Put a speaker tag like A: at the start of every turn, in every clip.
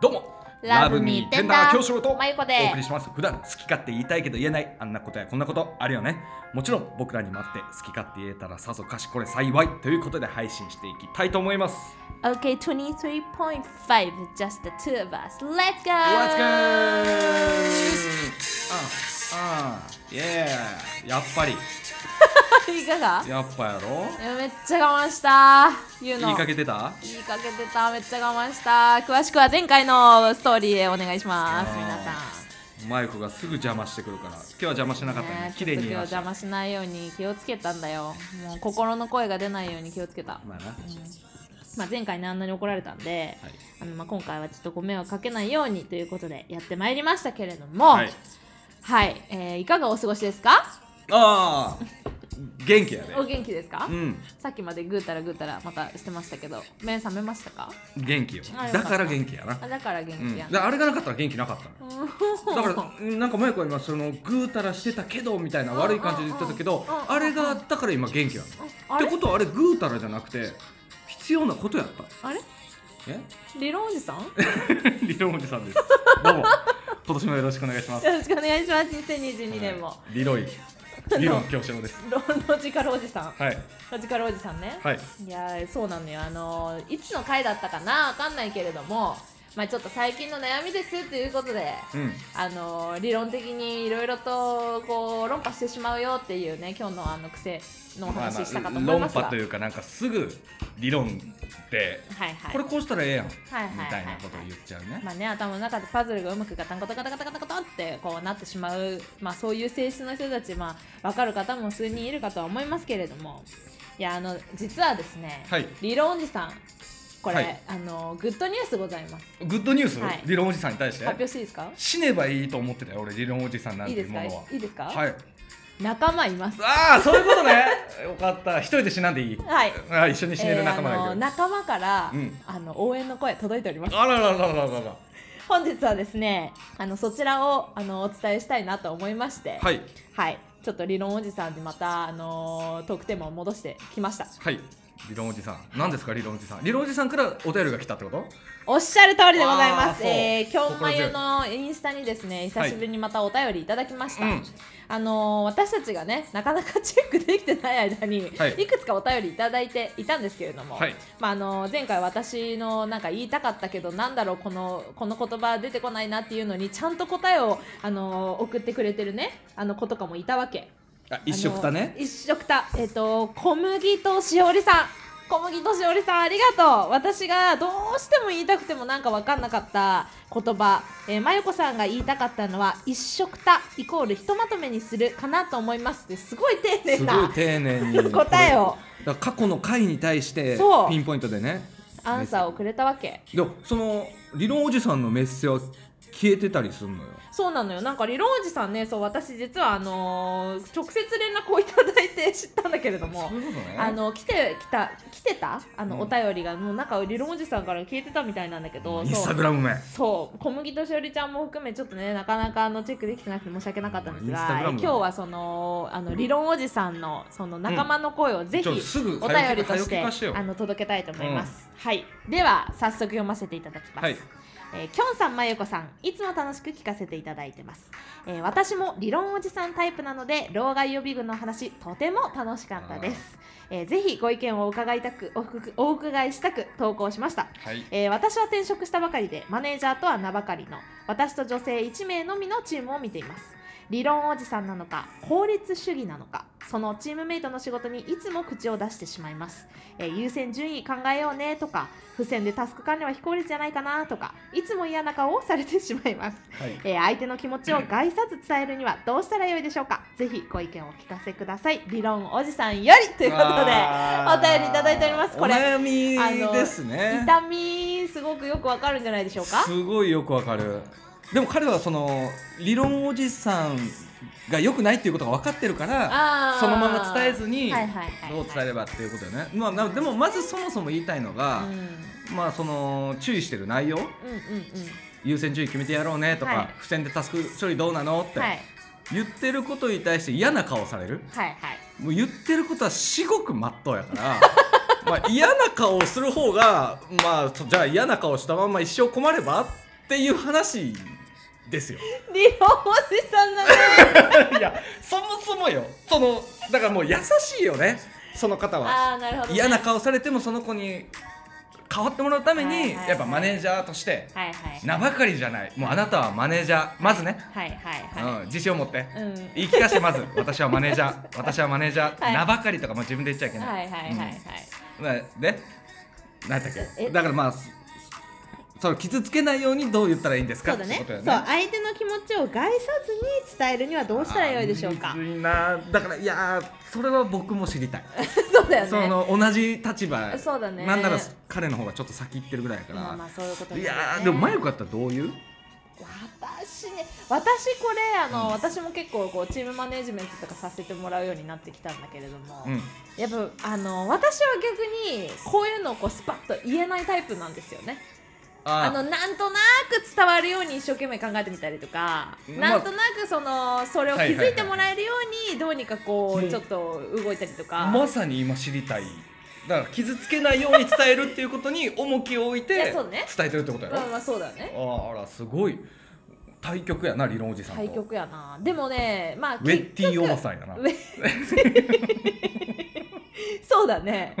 A: どうも
B: ラブミーテンダー
A: 京志郎と
B: まゆこで
A: お送りします普段好き勝手言いたいけど言えないあんなことやこんなことあるよねもちろん僕らに待って好き勝手言えたらさぞかしこれ幸いということで配信していきたいと思います
B: Okay, 23.5, just the two of us. Let's go!
A: Let's go! ああイエーやっぱり
B: いかが
A: やっぱやろ
B: いやめっちゃ我慢した。言うの。
A: 言いかけてた
B: 言いかけてた。めっちゃ我慢した。詳しくは前回のストーリーへお願いします。皆さん。
A: マイコがすぐ邪魔してくるから今日は邪魔しなかったね
B: ねえ
A: 綺麗に
B: ちょっ
A: 言
B: と
A: い
B: 今日
A: ました
B: 邪魔しないように気をつけたんだよ。もう心の声が出ないように気をつけた。
A: まあな、
B: まあ、前回ねあんなに怒られたんで、
A: はい
B: あのまあ今回はちょっとご迷惑かけないようにということでやってまいりましたけれども、
A: はい、
B: はい、えーいかがお過ごしですか
A: ああ元気やで
B: お元気ですか、
A: うん
B: さっきまでぐうたらぐうたらまたしてましたけど目覚めましたか
A: 元気よ
B: あよか
A: だ
B: った
A: から元気やな
B: あだから元
A: うん
B: 気や
A: で
B: な、
A: あれがなかったら元気なかったの
B: うん
A: よだからなんか萌子は今そのぐうたらしてたけどみたいな悪い感じで言ってたけど
B: うんうんうん
A: あれがあったから今元気なの
B: あ
A: って
B: れ
A: ことはあれぐうたらじゃなくて必要なことやった
B: あれ
A: え
B: 理論おじさん よ
A: 理論おじさ んですどうも今年もよろしくお願いします
B: ろしくお願いします2022年も、
A: はい理論い理論教師郎です
B: ロロジカルおじさん
A: はい
B: ロジカルおじさんね、
A: はい
B: いやーそうなのよあのーいつの回だったかなわかんないけれどもまあちょっと最近の悩みですっていうことで
A: うん
B: あのー理論的にいろいろとこう論破してしまうよっていうね今日のあの癖のお
A: まあま
B: 話したかと
A: あ
B: 思い
A: 論
B: ますが、
A: 破というかなんかすぐ理論って
B: はいはい
A: これこうしたらええやんみ
B: はいはいはい
A: たいなことを言っちゃうね
B: まあね頭の中でパズルがうまくガタンゴトガタガタガタガタってこうなってしまうまあそういう性質の人たちまあ分かる方も数人いるかとは思いますけれどもいやあの実はですね、
A: はい
B: 理論おじさんこれ、
A: はい
B: あのグッドニュースございます
A: グッドニュース、
B: はい
A: 理論おじさんに対して
B: 発表していいですか
A: 死ねばいいと思ってたよ俺理論おじさんなん
B: い
A: て
B: い
A: い
B: で
A: う
B: す
A: も
B: か
A: の
B: い
A: はい
B: ですか、
A: はい
B: 仲間います
A: ああそういうことね よかった一人で死なんでいい
B: はい
A: あー一緒に死ねる仲間
B: えーあ
A: が
B: の
A: いる、
B: 仲間から、
A: うん
B: あの応援の声届いております
A: あららららららら
B: 本日はですねあのそちらをあのお伝えしたいなと思いまして
A: はい
B: はい、ちょっと理論おじさんにまた、あのー、トークテーマを戻してきました
A: はい理論おじさん何ですか理論おじさん理論おじさんからお便りが来たってこと
B: おっしゃる通りでござい
A: あ
B: ま
A: ー
B: す
A: そう
B: えー、今日
A: 心
B: ま
A: 強い
B: ゆのインスタにですね久しぶりにまたお便りいただきました、
A: うん
B: あのー私たちがねなかなかチェックできてない間に、
A: はい
B: い、くつかお便りいただいていたんですけれども、
A: はい
B: まああのー前回私のなんか言いたかったけどなんだろうこのこの言葉出てこないなっていうのにちゃんと答えを、あのー送ってくれてるねあの子とかもいたわけ。
A: あ一色たね
B: あの一色たえっ、と小麦としおりさん小麦としおりさんありがとう私がどうしても言いたくてもなんか分かんなかった言葉、えー、まゆこさんが言いたかったのは一色たイコールひとまとめにするかなと思いますってすごい丁寧
A: すごい
B: な
A: 丁寧に
B: 答えを
A: だから過去の回に対して
B: そう
A: ピンポイントでね
B: アンサーをくれたわけ
A: でもその理論おじさんのメッセは消えてたりすんのよ
B: そうなのよなんかリロージさんねそう私実はあのー直接連絡をいただいて知ったんだけれども
A: そういうことね
B: あの来て来た来てたあの、
A: うん
B: お便りがもうなんかリロおじさんから消えてたみたいなんだけど、
A: インス
B: そ
A: タ
B: う
A: グラム名
B: そう小麦としおりちゃんも含めちょっとねなかなかあのチェックできてなくて申し訳なかったんです
A: インスタ
B: が、
A: グラム
B: 今日はそのあの理論おじさんのその仲間の声をぜひ、
A: ちょっとすぐ
B: お便りと
A: 早
B: し
A: 起き化
B: て
A: よ
B: あの届けたいと思います、はいでは早速読ませていただきます、
A: はい
B: えーきょんさんまゆこさんいつも楽しく聞かせていただいてます、えー私も理論おじさんタイプなので老害予備軍の話とても楽しかったです、えーぜひご意見をお伺いたくおふお伺いしたく投稿しました
A: はい
B: えー私は転職したばかりでマネージャーとは名ばかりの私と女性1名のみのチームを見ています理論おじさんなのか効率主義なのかそのチームメイトの仕事にいつも口を出してしまいます、えー優先順位考えようねとか付箋でタスク管理は非効率じゃないかなとかいつも嫌な顔をされてしまいます、
A: はい
B: えー相手の気持ちを害さず伝えるにはどうしたらよいでしょうかぜひご意見をお聞かせください理論おじさんよりということで
A: あー
B: お便りいただいておりますこれ
A: お悩みですね
B: 痛みすごくよくわかるんじゃないでしょうか
A: すごいよくわかるでも彼はその理論おじさんが良くないっていうことが分かってるから
B: あー
A: そのまま伝えずに
B: はいはいはい
A: どう伝えれ
B: ば、
A: ばっていうことよね、まあな、でもまずそもそも言いたいのが
B: うん、、うん
A: まあその注意してる内容
B: うん
A: 優先順位決めてやろうねとか、
B: はい
A: 付箋でタスク処理どうなのって
B: うんはい
A: 言ってることに対して嫌な顔される
B: はいはい
A: もう言ってることは至極まっとうやから まあ嫌な顔をする方がまあそじゃあ嫌な顔したまんま一生困ればっっていう話ですよ
B: 理論おじさんなの に
A: いやそもそもよそのだからもう優しいよねその方は
B: ああなるほど、ね、
A: 嫌な顔されてもその子に変わってもらうため
B: はいはい
A: に
B: はい
A: やっぱマネージャーとして
B: はいはい
A: 名ばかりじゃないもうあなたはマネージャーまずね、
B: はいはいは
A: うん、自信を持って
B: いうん、
A: 言い聞かせてまず私はマネージャー私はマネージャー、
B: はい
A: 名ばかりとかも自分で言っちゃいけない、
B: はいはいはいはい、
A: まあで何だっ
B: え
A: けだからまあそそれ傷つけないようにどう言ったらいいんですか
B: そうだ
A: って
B: ね
A: ことよ
B: そう相手の気持ちを害さずに伝えるにはどうしたらよいでしょう
A: あ
B: か
A: ーむずいなだからいやーそれは僕も知りたい
B: そうだよね
A: その同じ立場
B: そうだね
A: なんなら彼の方がちょっと先行ってるぐらいだから、
B: まあまあそういうこと
A: い
B: にな
A: や
B: るよね
A: ーでもマユコだったらどういう
B: 私ね私これあの、
A: うん
B: 私も結構こうチームマネジメントとかさせてもらうようになってきたんだけれども、
A: うん
B: やっぱあの私は逆にこういうのをこうスパッと言えないタイプなんですよねあ
A: あー
B: のなんとなく伝わるように一生懸命考えてみたりとか、
A: まあ
B: なんとなくそのそれを気づいてもらえるようにどうにか
A: も
B: こう
A: う
B: ちょっと動いたりとか、
A: まさに今知りたいだから傷つけないように伝えるっていうことに重きを置い
B: い
A: て
B: やそうね
A: 伝えてるってことやろ、
B: まあまあそうだよね
A: あらすごい対局やな理論おじさんと
B: 対局やなでもねまあ
A: ウェッティーおば
B: ん
A: さんやな
B: そうだね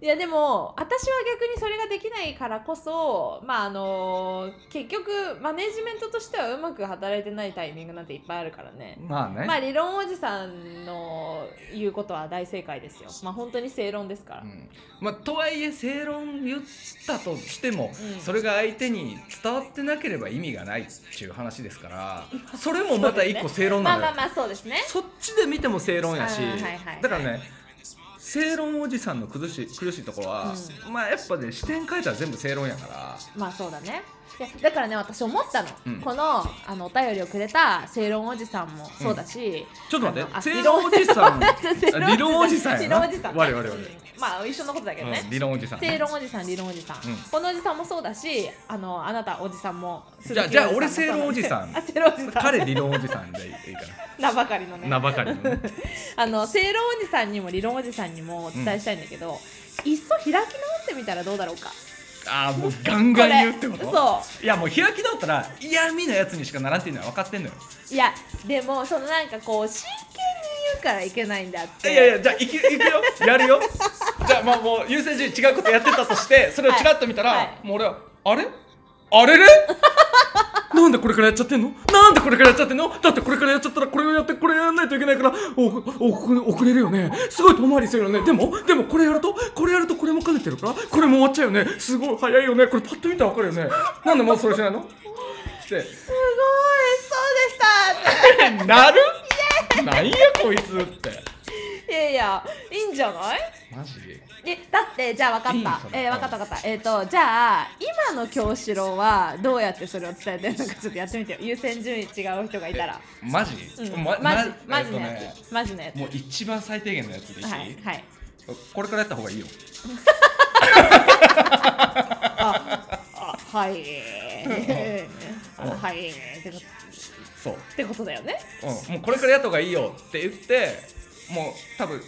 B: いやでも私は逆にそれができないからこそまああの結局マネジメントとしてはうまく働いてないタイミングなんていっぱいあるからね
A: まあね、
B: まあ理論おじさんの言うことは大正解ですよまあ本当に正論ですから、
A: うんまあ、とはいえ正論言ったとしても、
B: うん
A: それが相手に伝わってなければ意味がないっていう話ですからそれもまた一個正論な
B: まあ
A: のよ
B: まあまあそうですね
A: そっちで見ても正論やし、
B: うんはいはいはい
A: だからね正論おじさんの苦しい苦しいところは、まあやっぱね視点変えたら全部正論やから
B: まあそうだねいやだからね私思ったの、
A: うん
B: このあのお便りをくれた正論おじさんもそうだし、
A: ちょっと待って
B: あ
A: 正論おじさ ん
B: 理
A: 理論おじさんやな
B: 理論おじさん
A: 我々は
B: まあ一緒のことだけどね、
A: うん理論おじさんね
B: 正論おじさん理論おじさん、
A: うん
B: このおじさんもそうだしあのあなたおじさんも
A: じゃあじゃあ俺正論おじさん
B: あ正論おじさん
A: 彼理論おじさんでいいか
B: 名ばかりの
A: な
B: ね
A: 名ばかりのね
B: あの正論おじさんにも理論おじさんにもお伝えしたいんだけど、いっそ開き直ってみたらどうだろうか
A: ああもうガンガン言うってこ
B: れ
A: と
B: そう
A: いやもう開き直ったら嫌味なやつにしかならんっていうのは分かってんのよ
B: いやでもそのなんかこう真剣に言うからいけないんだっ
A: い
B: て
A: やいやじゃあ行く行くよやるよじゃあまあもう優先順位違うことやってたとしてそれをちらっと見たら、
B: はいはい
A: もう俺はあれあれれなんでこれからやっちゃってんのなんでこれからやっちゃってんのだってこれからやっちゃったらこれをやってこれやらないといけないからおお遅れるよねすごい遠回りするよねでもでもこれやるとこれやるとこれも兼ねてるからこれも終わっちゃうよねすごい早いよねこれパッと見たら分かるよねなんでもうそれしないのって
B: すごいそうでした っ
A: なるなんやこいつって
B: ていやいやいいんじゃない
A: マジ
B: でだってじゃあ分か
A: いい
B: った
A: それ
B: えー、分かった分かったえっ、とじゃあ今の京志郎はどうやってそれを伝えてるのかちょっとやってみてよ優先順位違う人がいたら、
A: マジ、
B: うん、
A: ま
B: マジ
A: ま
B: マジの
A: えっと
B: や
A: ね
B: つマジのやつ
A: もう一番最低限のやつでいい、
B: はいはい
A: これからやった方がいいよ
B: あ はいあはい ってこと
A: そう、
B: ってことだよね
A: うん、もうこれからやった方がいいよって言ってもう多分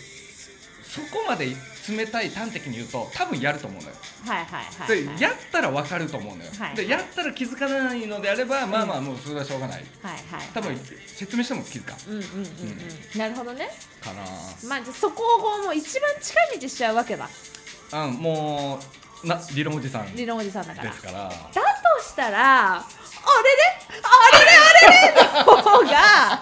A: そこまで冷たい端的に言うと多分やると思うのよ、
B: はいはいはい、はい、
A: でやったら分かると思うのよ、
B: はい
A: でやったら気づかないのであれば、まあまあもうそれはしょうがない
B: はいはい
A: 多分説明しても気づかん
B: うんうんうんうん、なるほどね
A: かな
B: まあじゃあそこをこうもう一番近道しちゃうわけだ
A: うん、もうな理論おじさんで
B: 理論おじさんだから
A: すから
B: だとしたらあれれあれれあれれの方が私は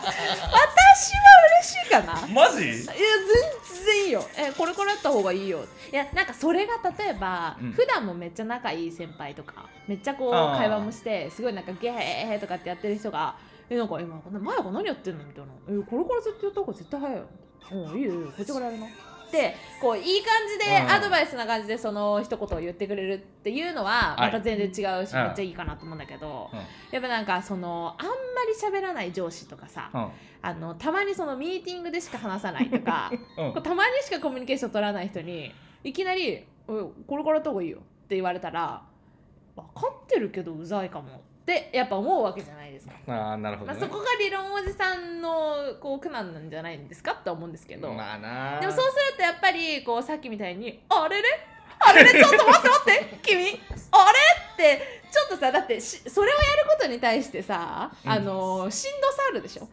B: 嬉しいかないや
A: マジ
B: 全然いいよえこれからやった方がいいよいやなんかそれが例えば、
A: うん
B: 普段もめっちゃ仲いい先輩とかめっちゃこう
A: あー
B: 会話もしてすごいなんかゲーとかってやってる人が「えなんか今こんなマヤ子何やってんの?」みたいな「えこれからずっとやった方が絶対早いよ」うん、いいよいいよこっちからやるなってこういい感じで
A: うん
B: アドバイスな感じでその一言を言ってくれるっていうのは
A: は
B: ま
A: い
B: た全然違うし
A: うん
B: めっちゃいいかなと思うんだけど
A: うん
B: やっぱなんかそのあんまり喋らない上司とかさ
A: う
B: あのたまにそのミーティングでしか話さないと か
A: ん、うん
B: こうたまにしかコミュニケーション取らない人にいきなり「おいこれからやった方がいいよ」って言われたら分かってるけどうざいかもってやっぱ思うわけじゃないですか。
A: ああなるほ
B: ま
A: ど、
B: あ、
A: ね
B: そこが理論おじさんのこう苦難なんじゃないんですかって思うんですけど、
A: まあな
B: でもそうするとやっぱ りこうさっきみたいに「あれれあれれちょっと待って待って君あれ?」ってちょっとさだってしそれをやることに対してさ、
A: うん
B: あのしんどさあるでしょ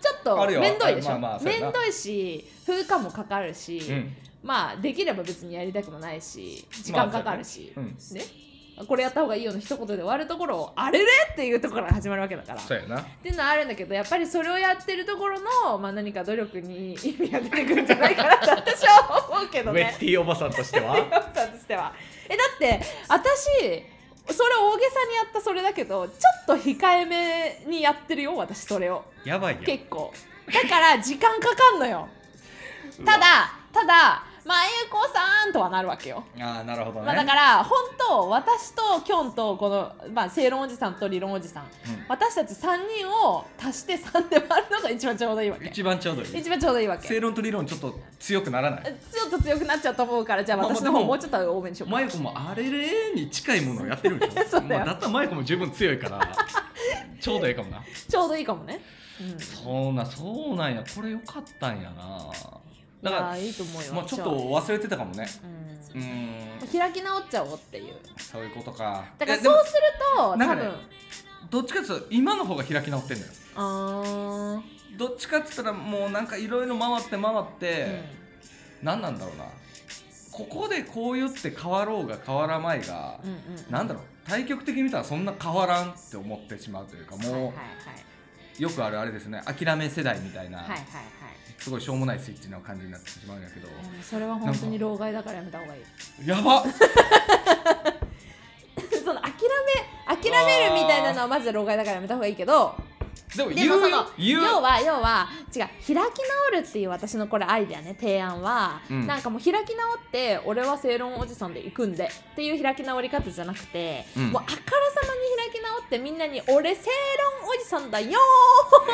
B: ちょっと
A: あるよ
B: 面倒いでしょ、
A: あまあまあそう
B: 面
A: やな
B: 倒いし風化もかかるし、
A: うん
B: まあできれば別にやりたくもないし時
A: まあ
B: 間かかるし、
A: うん
B: ねこれやった方がいいよの一言で終わるところをあれれっていうところから始まるわけだから。
A: そうやな
B: っていうのはあるんだけどやっぱりそれをやってるところの、まあ、何か努力に意味が出てくるんじゃないかなと私は思うけど
A: ウェッ
B: ね
A: ティおばさんとして は
B: ヨンさんとしては。えだって私それ大げさにやったそれだけどちょっと控えめにやってるよ私それを
A: やばいよ
B: 結構だから時間かかんのよただただまあ英子さんとはなるわけよ
A: ああーなるほどね、
B: まあ、だから本当私ときょんとこの、まあ、正論おじさんと理論おじさん私たち3人を足して3で割るのが一番ちょうどいいわ
A: うん、
B: け
A: 一番ちょうどいい
B: 一番ちょうどいいわけ
A: 正論と理論ちょっと強くなら ない
B: ちょっと強くなっちゃうと思うからじゃあ
A: まあまあ
B: 私の方
A: でも
B: もうちょっと多めにしようか
A: マユコもあれれに近いものをやってるでし
B: そう
A: ょ
B: だ
A: ま
B: よ
A: あだったらマユコも十分強いから ちょうどええかもな
B: ちょうどいいかもね、うん、
A: そうなそうなんやこれよかったんやなだ
B: いや
A: か
B: ーいいと思うよ
A: ら、まあ、ちょっと忘れてたかもねう
B: う
A: ー
B: ん
A: ん
B: 開き直っちゃおうっていう
A: そういうことか
B: だから
A: えでも
B: そうすると多
A: なんかね
B: 分
A: どっちかっていうと今の方が開き直ってんだよ
B: あ
A: どっちかって言ったらもうなんかいろいろ回って回っ
B: ー、
A: て、何なんだろうなここでこう言って変わろうが変わらまいが、
B: うん、うんうんうん
A: なんだろう対局的に見たらそんな変わらんって思ってしまうというか
B: はいはい
A: もうよくあるあれですね諦め世代みたいな、
B: はいはいはいはい
A: すごいしょうもないスイッチの感じになってしまうんやけど
B: でもそれは本当に老害だからやめた方がいい
A: やば
B: その諦め諦めるみたいなのはマジで老害だからやめた方がいいけど
A: でも
B: で
A: 言
B: も
A: う
B: そ
A: よ
B: の
A: 言う
B: 要は要は違う開き直るっていう私のこれアイデアね提案は、
A: うん
B: なんかもう開き直って俺は正論おじさんで行くんでっていう開き直り方じゃなくて、
A: うん
B: もうあからさまに開き直ってみんなに俺正論おじさんだよ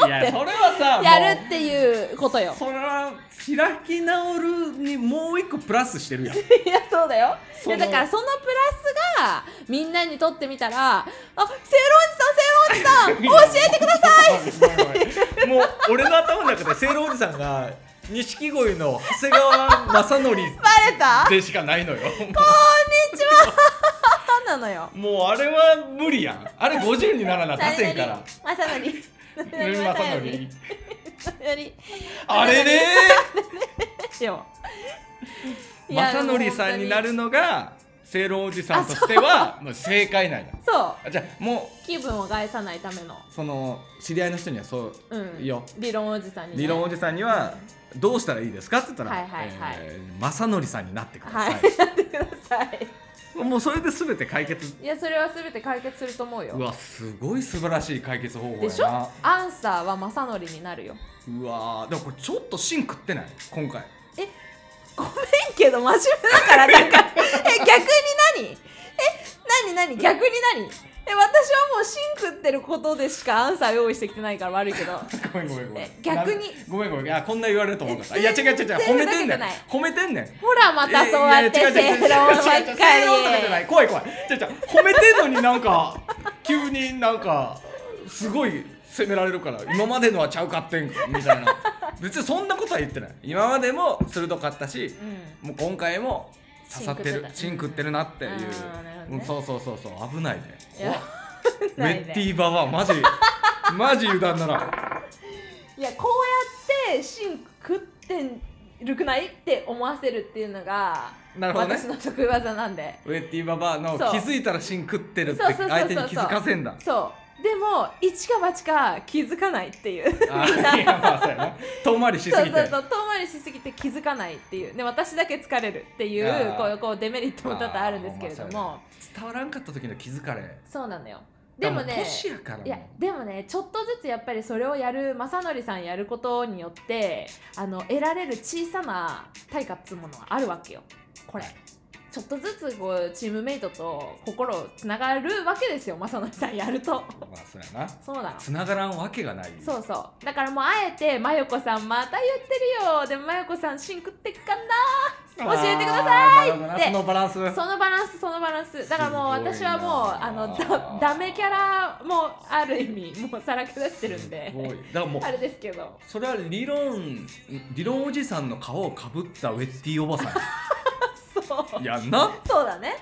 A: いやそれはさ
B: ーや
A: も
B: る
A: う
B: っていうことよ
A: それは開き直るにもう一個プラスしてるやん
B: いやそうだよ
A: そ
B: い
A: の
B: やだからそのプラスがみんなにとってみたらあ正論おじさん正論 おじさん教えてくださ
A: さいもう俺の頭の中でセイロおじさんが錦鯉の長谷川正則
B: いバレたこん
A: でしかないのよ
B: にちは なのよ
A: もうもうあれは無理やんあれ50にならな出せんから
B: まさのり。
A: うん正則
B: より。
A: あれね
B: よ。
A: 正則さんになるのがセイロおじさんとしてはもう正解なんや
B: いや。本当に
A: あじゃあも
B: そう。気分を害さないための。
A: うその知り合いの人にはそう
B: うん。
A: いいよ
B: 理論おじさんに、ね。
A: 理論おじさんにはどうしたらいいですかって言ったら、
B: はいはいはい
A: えー正則さんになってください、
B: はい。やってください。
A: もうそれで全て解決
B: いや、それは全て解決すると思う
A: う
B: よ。
A: わすごい素晴らしい解決方法やな
B: でしょアンサーは正則になるよ。
A: うわーでもこれちょっと芯食ってない今回
B: ごめんけど、真面目だから、な んか、え、逆に何え、何何逆に何え、私はもうシンクってることでしかアンサー用意してきてないから悪 いけど。
A: ごめんごめんごめん
B: え逆に
A: なごめんごめんいやこんな言われると思うから
B: え
A: いや違う違う違う
B: 全
A: 褒
B: 部
A: めてんねん
B: だけ
A: 褒めてんねん
B: ほらまたそうやって
A: いやいや違う違
B: 正論ばっ
A: う違う違う違う違う正論とかじゃ
B: か
A: ない
B: り
A: 怖い怖い違う違う褒めてんのになんか急になんかすごい責められるから今までのはちゃうかってんみたいな別にそんなことは言ってない今までも鋭かったし
B: うん
A: もう今回も刺さってる芯
B: 芯食
A: 食
B: っ
A: って
B: た
A: てるなっていう
B: あーなるほどね
A: うんそうそうそうそう危ないね
B: いや
A: ウェッティーババアマ ジマジ油断なら
B: いやこうやって芯食ってるくないって思わせるっていうのが
A: なるほどね
B: 私の得意技なんで
A: ウェッティーババアの気
B: そう
A: づいたら芯食ってるって
B: そうそうそうそう
A: 相手に気づかせんだ
B: そうでも一か八か気づかないっていう
A: あーいやまあそうやな遠回りし
B: そ
A: す
B: う
A: ぎ
B: そう
A: て
B: そう遠回りしすぎて気づかないっていうで私だけ疲れるっていう
A: あー
B: こうこうデメリットも多々あるんですけれど
A: あー
B: も、
A: ま伝わらんかった時の気づかれ
B: そうなのよでも
A: いやう
B: ね
A: 年やからもう
B: いやでもねちょっとずつやっぱりそれをやる正則さんやることによってあの得られる小さな対価っつうものはあるわけよこれちょっとずつこうチームメイトと心をつながるわけですよ正則さんやると
A: まあそうやな
B: そうなの
A: 繋がらんわけがない
B: そうそうだからもうあえて真由子さんまた言ってるよでも真由子さんシンクってっか教えてくだ
A: さいなるほどな
B: って
A: そのバランス
B: なそのバランスそのバランスだからもう私はもうあの
A: すごいな
B: だダメキャラもある意味もうさらけ出してるん
A: す
B: で
A: ごいだからもう
B: あれですけど
A: それは理論理論おじさ んの皮をかぶったウェッティおばさん
B: そう
A: やんな
B: そうだね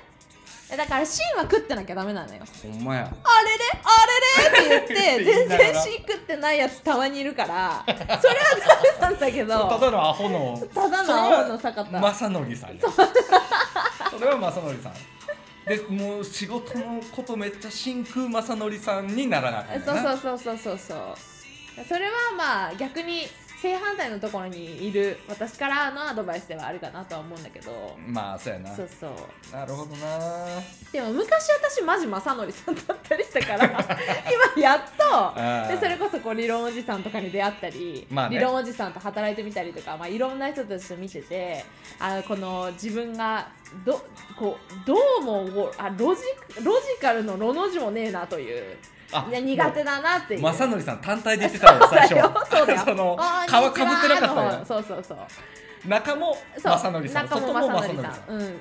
B: えだから芯は食ってなきゃダメなのよ
A: ほんまや
B: あれれあれれって言っ
A: 言い
B: て
A: ながら
B: 全然芯食ってないやつたまにいる からそれはダメなんだけ
A: それた
B: ど
A: だのアホの
B: ただの青の坂田
A: 正則 さんやそれは正則さんでもう仕事のことめっちゃ真空正則さんにならなあかった
B: そう
A: な
B: そうそうそうそうそうそれはまあ逆に正反対のところにいる私からのアドバイスではあるかなとは思うんだけど
A: まあそうやな
B: そうそう
A: なるほどな
B: でも昔私マジ正則さんだったりしたから 今やっ
A: あ
B: と
A: ー
B: でそれこそこう理論おじさんとかに出会ったり、
A: まあね
B: 理論おじさんと働いてみたりとか、まあ、いろんな人たちと見ててあこの自分がどこうどうもこうあロジロジカルのロの字もねえなという
A: あ
B: いや苦手だなっていう。
A: 正則さん単体で言ってたの最初
B: そうだよ
A: その
B: あ
A: 皮
B: ー
A: かぶ
B: こんにちは
A: ってなかったよ
B: あの
A: な
B: そうそうそう
A: 中も
B: そう
A: 正則さん
B: 中
A: 外
B: も
A: も
B: 正
A: 正
B: 則
A: 則
B: さん
A: さ
B: うん、結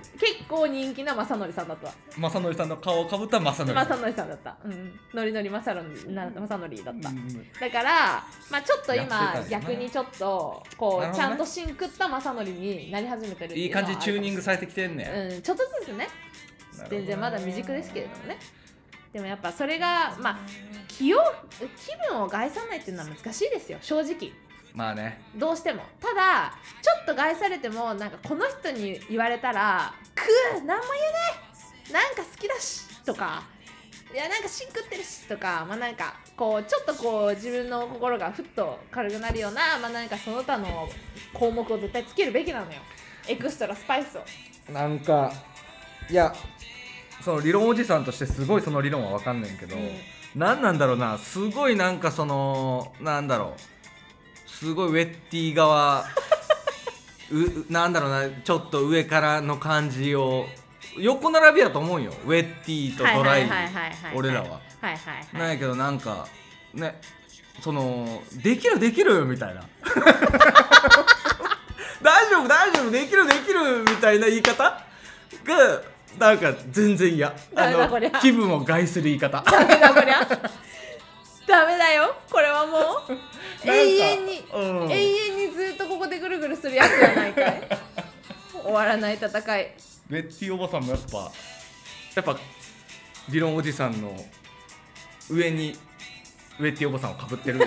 B: 構人気な正則さんだったわ
A: ん正則さんの顔をかぶった正則さん
B: 正則さんだった、うん、ノリノリ正則な正則だった、
A: うん
B: だから、まあ、ちょっと
A: やっ
B: 今
A: てたんやな
B: 逆にちょっとこ
A: なるほど
B: う、
A: ね
B: ちゃんと芯食った正則になり始めてるって
A: い
B: い
A: いう
B: のは
A: 感じチューニングされてきてんねん
B: あるかもしれないうんちょっとずつね
A: なるほどね
B: 全然まだ未熟ですけれどもねでもやっぱそれがまあ気を気分を害さないっていうのは難しいですよ正直
A: まあね
B: どうしてもただちょっと害されてもなんかこの人に言われたら「くー何も言えないなんか好きだし」とか「いやなんか芯食ってるし」とかまあなんかこうちょっとこう自分の心がふっと軽くなるようなまあなんかその他の項目を絶対つけるべきなのよエクストラスパイスを
A: なんかいやその理論おじさんとしてすごいその理論は分かんないけど、
B: うん
A: なん、なんだろうなすごいなんかそのなんだろうすごいウェッティ側 うなんだろうなちょっと上からの感じを横並びだと思うよウェッティとドライ俺らは。
B: はいはいはい
A: なんやけどなんかねそのできるできるみたいな 大丈夫大丈夫できるできるみたいな言い方がなんか全然嫌
B: ダメだこりゃ
A: 気分を害する言い 方
B: ダメだこりゃダメだよこれはもう永遠に
A: うん
B: 永遠にずっとここでぐるぐるするやつじゃないかい 終わらない戦い
A: ベッティおばさんもやっぱやっぱ理論おじさんの上にウェッティおばさんをかぶ ってる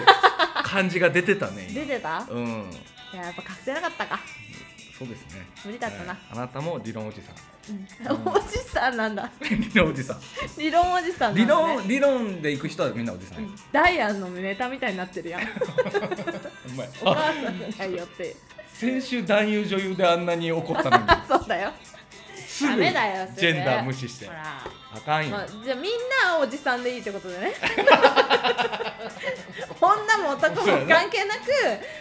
A: 感じが出てたね
B: 出てた
A: 今うん
B: いややっぱ隠せなかったか
A: そうですね
B: 無理だったな
A: はいあなたも理論おじさん
B: おじさんなんだ
A: 理論おじさん
B: 理論おじさんな
A: 理
B: んだ、ね、
A: 論理論で行く人はみんなおじさんや。
B: ダイアンのネタみたいになって るやん
A: お前
B: お母さんじゃないよって
A: 先週男優女優であんなに怒った のに
B: そうだよ
A: す
B: ダ
A: ぐ
B: メだよそ
A: ジ
B: れ
A: ェンダー無視して
B: ほ
A: あ
B: ら
A: かんよ
B: まあ、じゃあみんなはおじさんでいいってこ とでね女も男も関係なく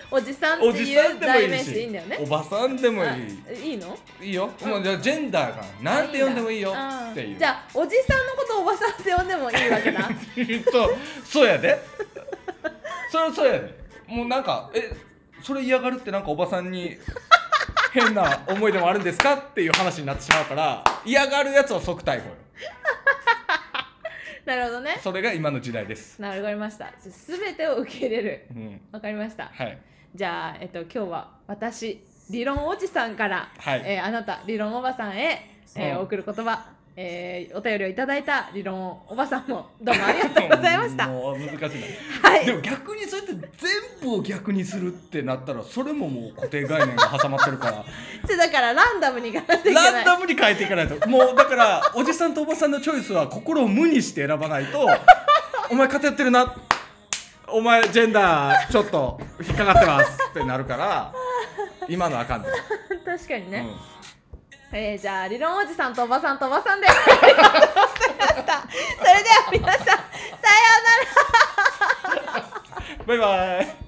B: おじさんって
A: おじ
B: い
A: さんでも
B: う代
A: い
B: 名
A: い
B: 詞でいいんだよ
A: し
B: ね
A: おばさんでもい
B: あいいの
A: いいいよもうじゃあジェンダーがなんて呼んでもいいよ
B: あ
A: っていう
B: じゃあおじさんのことをおばさんって呼んでもいいわ けだ
A: 言うとそうやでそれはそうやでもうなんかえそれ嫌がるってなんかおばさんに変な思いでもあるんですかっていう話になってしまうから嫌がるやつは即逮捕よ
B: なるほどね
A: それが今の時代です
B: なるほどわかりましたすべてを受け入れる
A: うん
B: わかりました
A: はい
B: じゃあ、えっと、今日は私理論おじさんから、
A: はい
B: えーあなた理論おばさんへ、えー
A: うん
B: 送る言葉、えーお便りをいただいた理論おばさんもどうもありがとうございましたは
A: もう難しいな。
B: い
A: でも逆にそうやって全部を逆にするってなったらそれももう固定概念が挟まってる から
B: でだからランダムにいかないといけな
A: ラン
B: い
A: ダムに変えていかないともうだからおじさんとおばさんのチョイスは心を無にして選ばない とお前偏ってるなお前ジェンダーちょっと引っかかってますってなるから今のはあかんで、
B: 確かに
A: う
B: ね、
A: ん
B: えー、じゃあ理論おじさんとおばさんとおばさんでありがとうございましたそれでは皆さんさようなら
A: バイバイ